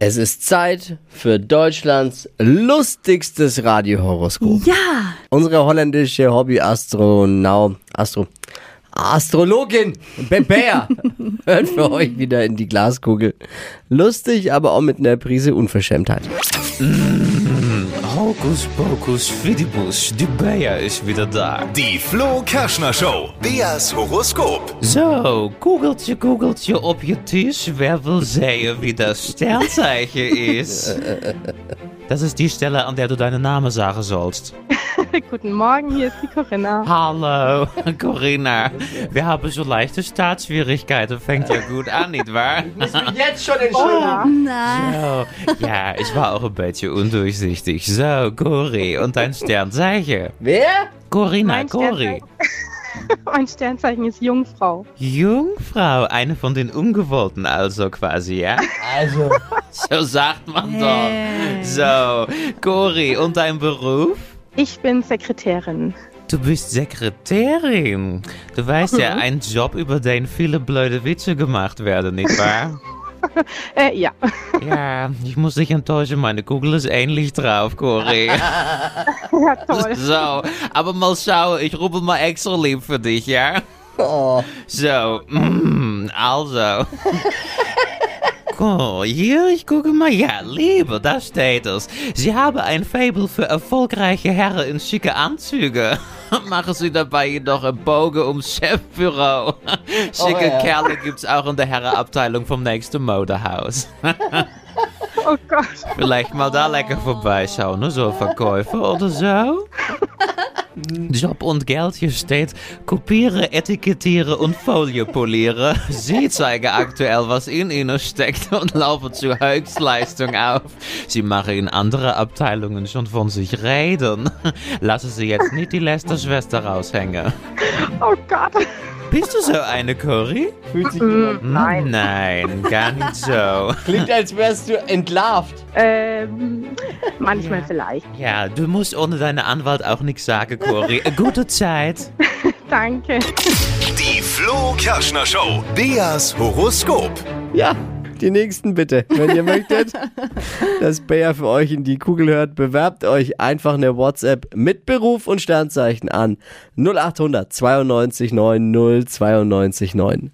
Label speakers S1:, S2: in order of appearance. S1: Es ist Zeit für Deutschlands lustigstes Radiohoroskop.
S2: Ja,
S1: Unsere holländische Hobby-Astronau, Astro, Astrologin Bebea hört für euch wieder in die Glaskugel. Lustig, aber auch mit einer Prise Unverschämtheit.
S3: Hocus pocus fidibus, die Bayer ist wieder da.
S4: Die Flo Kerschner Show. Beas Horoskop.
S3: Zo, googeltje, googeltje op je tisch. Wer will sehen, wie das Sternzeichen ist? Das ist die Stelle, an der du deinen Namen sagen sollst.
S5: Guten Morgen, hier ist die Corinna.
S3: Hallo, Corinna. Wir haben so leichte Startschwierigkeiten. Fängt ja gut an, nietwaar?
S1: Jetzt schon entschuldigen.
S2: na,
S3: Oh, ja, ich war auch ein bisschen undurchsichtig. So, Cori, und dein Sternzeichen.
S1: Wer?
S3: Corinna,
S5: Mein
S3: Cori.
S5: Mein Sternzeichen ist Jungfrau.
S3: Jungfrau, eine von den Ungewollten also quasi, ja?
S1: Also,
S3: So sagt man doch.
S2: Hey.
S3: So, Cori, und dein Beruf?
S5: Ich bin Sekretärin.
S3: Du bist Sekretärin. Du weißt ja, ein Job, über den viele blöde Witze gemacht werden, nicht wahr?
S5: Äh, ja.
S3: ja, ich muss dich enttäuschen, meine Kugel ist ähnlich drauf, Cori.
S5: Ja, toll.
S3: so, aber mal schauen, ich rufe mal extra lieb für dich, ja?
S1: oh,
S3: So, mm, also. Cool, hier, ich gucke mal. Ja, Liebe, da steht es. Sie haben ein Fable für erfolgreiche Herren in schicke Anzüge. Machen Sie dabei jedoch einen Bogen ums Chefbüro. Schicke
S1: Oh, ja.
S3: Kerle gibt's auch in der Herrenabteilung vom nächsten Modehaus.
S5: Oh Gott.
S3: Vielleicht mal da lekker vorbeischauen, ne? so Verkäufer oder so. Job und Geld hier steht: Kopiere, Etikettiere und Folie poliere. Sie zeigen aktuell, was in ihnen steckt und laufen zur Höchstleistung auf. Sie machen in andere Abteilungen schon von sich reden. Lassen Sie jetzt nicht die letzte Schwester raushängen.
S5: Oh Gott.
S3: Bist du so eine Curry?
S1: fühlt sich,
S3: Nein. Nein, gar nicht so.
S1: klingt, als wärst du entlarvt.
S5: Ähm, manchmal vielleicht.
S3: Ja, du musst ohne deine Anwalt auch nichts sagen, Cori. Eine Gute Zeit.
S5: Danke.
S4: Die Flo Kerschner Show. Beas Horoskop.
S1: Ja, die nächsten bitte, wenn ihr möchtet, dass Bayer für euch in die Kugel hört. Bewerbt euch einfach eine WhatsApp mit Beruf und Sternzeichen an 0800 92 90 92 9.